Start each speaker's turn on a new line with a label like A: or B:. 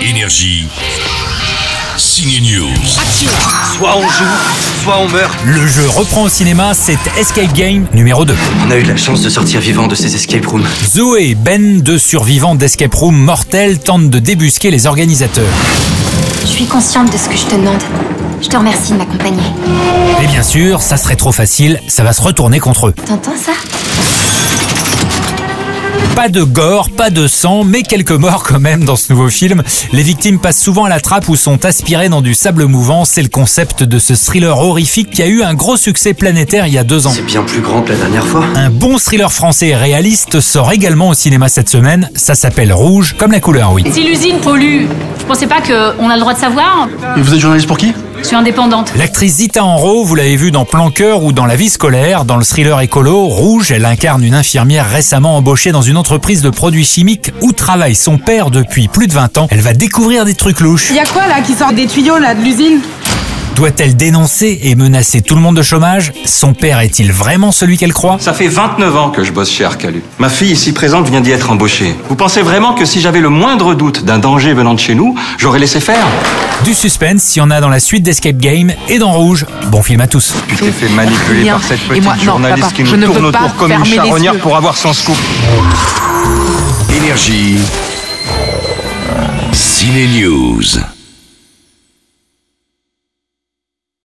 A: Énergie. Signe News.
B: Soit on joue, soit on meurt.
C: Le jeu reprend au cinéma, c'est Escape Game numéro 2.
B: On a eu de la chance de sortir vivant de ces escape rooms.
C: Zoé et Ben, deux survivants d'escape room mortels, tentent de débusquer les organisateurs.
D: Je suis consciente de ce que je te demande. Je te remercie de m'accompagner.
C: Mais bien sûr, ça serait trop facile, ça va se retourner contre eux.
D: T'entends ça
C: Pas de gore, pas de sang, mais quelques morts quand même dans ce nouveau film. Les victimes passent souvent à la trappe ou sont aspirées dans du sable mouvant. C'est le concept de ce thriller horrifique qui a eu un gros succès planétaire il y a deux ans.
B: C'est bien plus grand que la dernière fois.
C: Un bon thriller français réaliste sort également au cinéma cette semaine. Ça s'appelle Rouge, comme la couleur, oui.
E: Et Si l'usine pollue, je pensais pas qu'on a le droit de savoir.
F: Et vous êtes journaliste pour qui
E: Je suis indépendante.
C: L'actrice Zita Enro, vous l'avez vue dans Plan Cœur ou dans La vie scolaire. Dans le thriller écolo, Rouge, elle incarne une infirmière récemment embauchée dans une entreprise de produits chimiques où travaille son père depuis plus de 20 ans. Elle va découvrir des trucs louches.
G: Il y a quoi là qui sort des tuyaux là de l'usine
C: Doit-elle dénoncer et menacer tout le monde de chômage Son père est-il vraiment celui qu'elle croit
B: Ça fait 29 ans que je bosse chez Arcalu. Ma fille ici présente vient d'y être embauchée. Vous pensez vraiment que si j'avais le moindre doute d'un danger venant de chez nous, j'aurais laissé faire
C: Du suspense, s'il y en a dans la suite d'Escape Game et dans Rouge. Bon film à tous.
B: Tu t'es fait manipuler
G: Rien.
B: par cette
G: Et
B: petite
G: moi- non,
B: journaliste
G: papa,
B: qui
G: je
B: nous
G: ne
B: tourne
G: peux pas
B: autour comme une
G: fermer les
B: charognard
G: yeux.
B: pour avoir son scoop.
A: Énergie. Ciné News.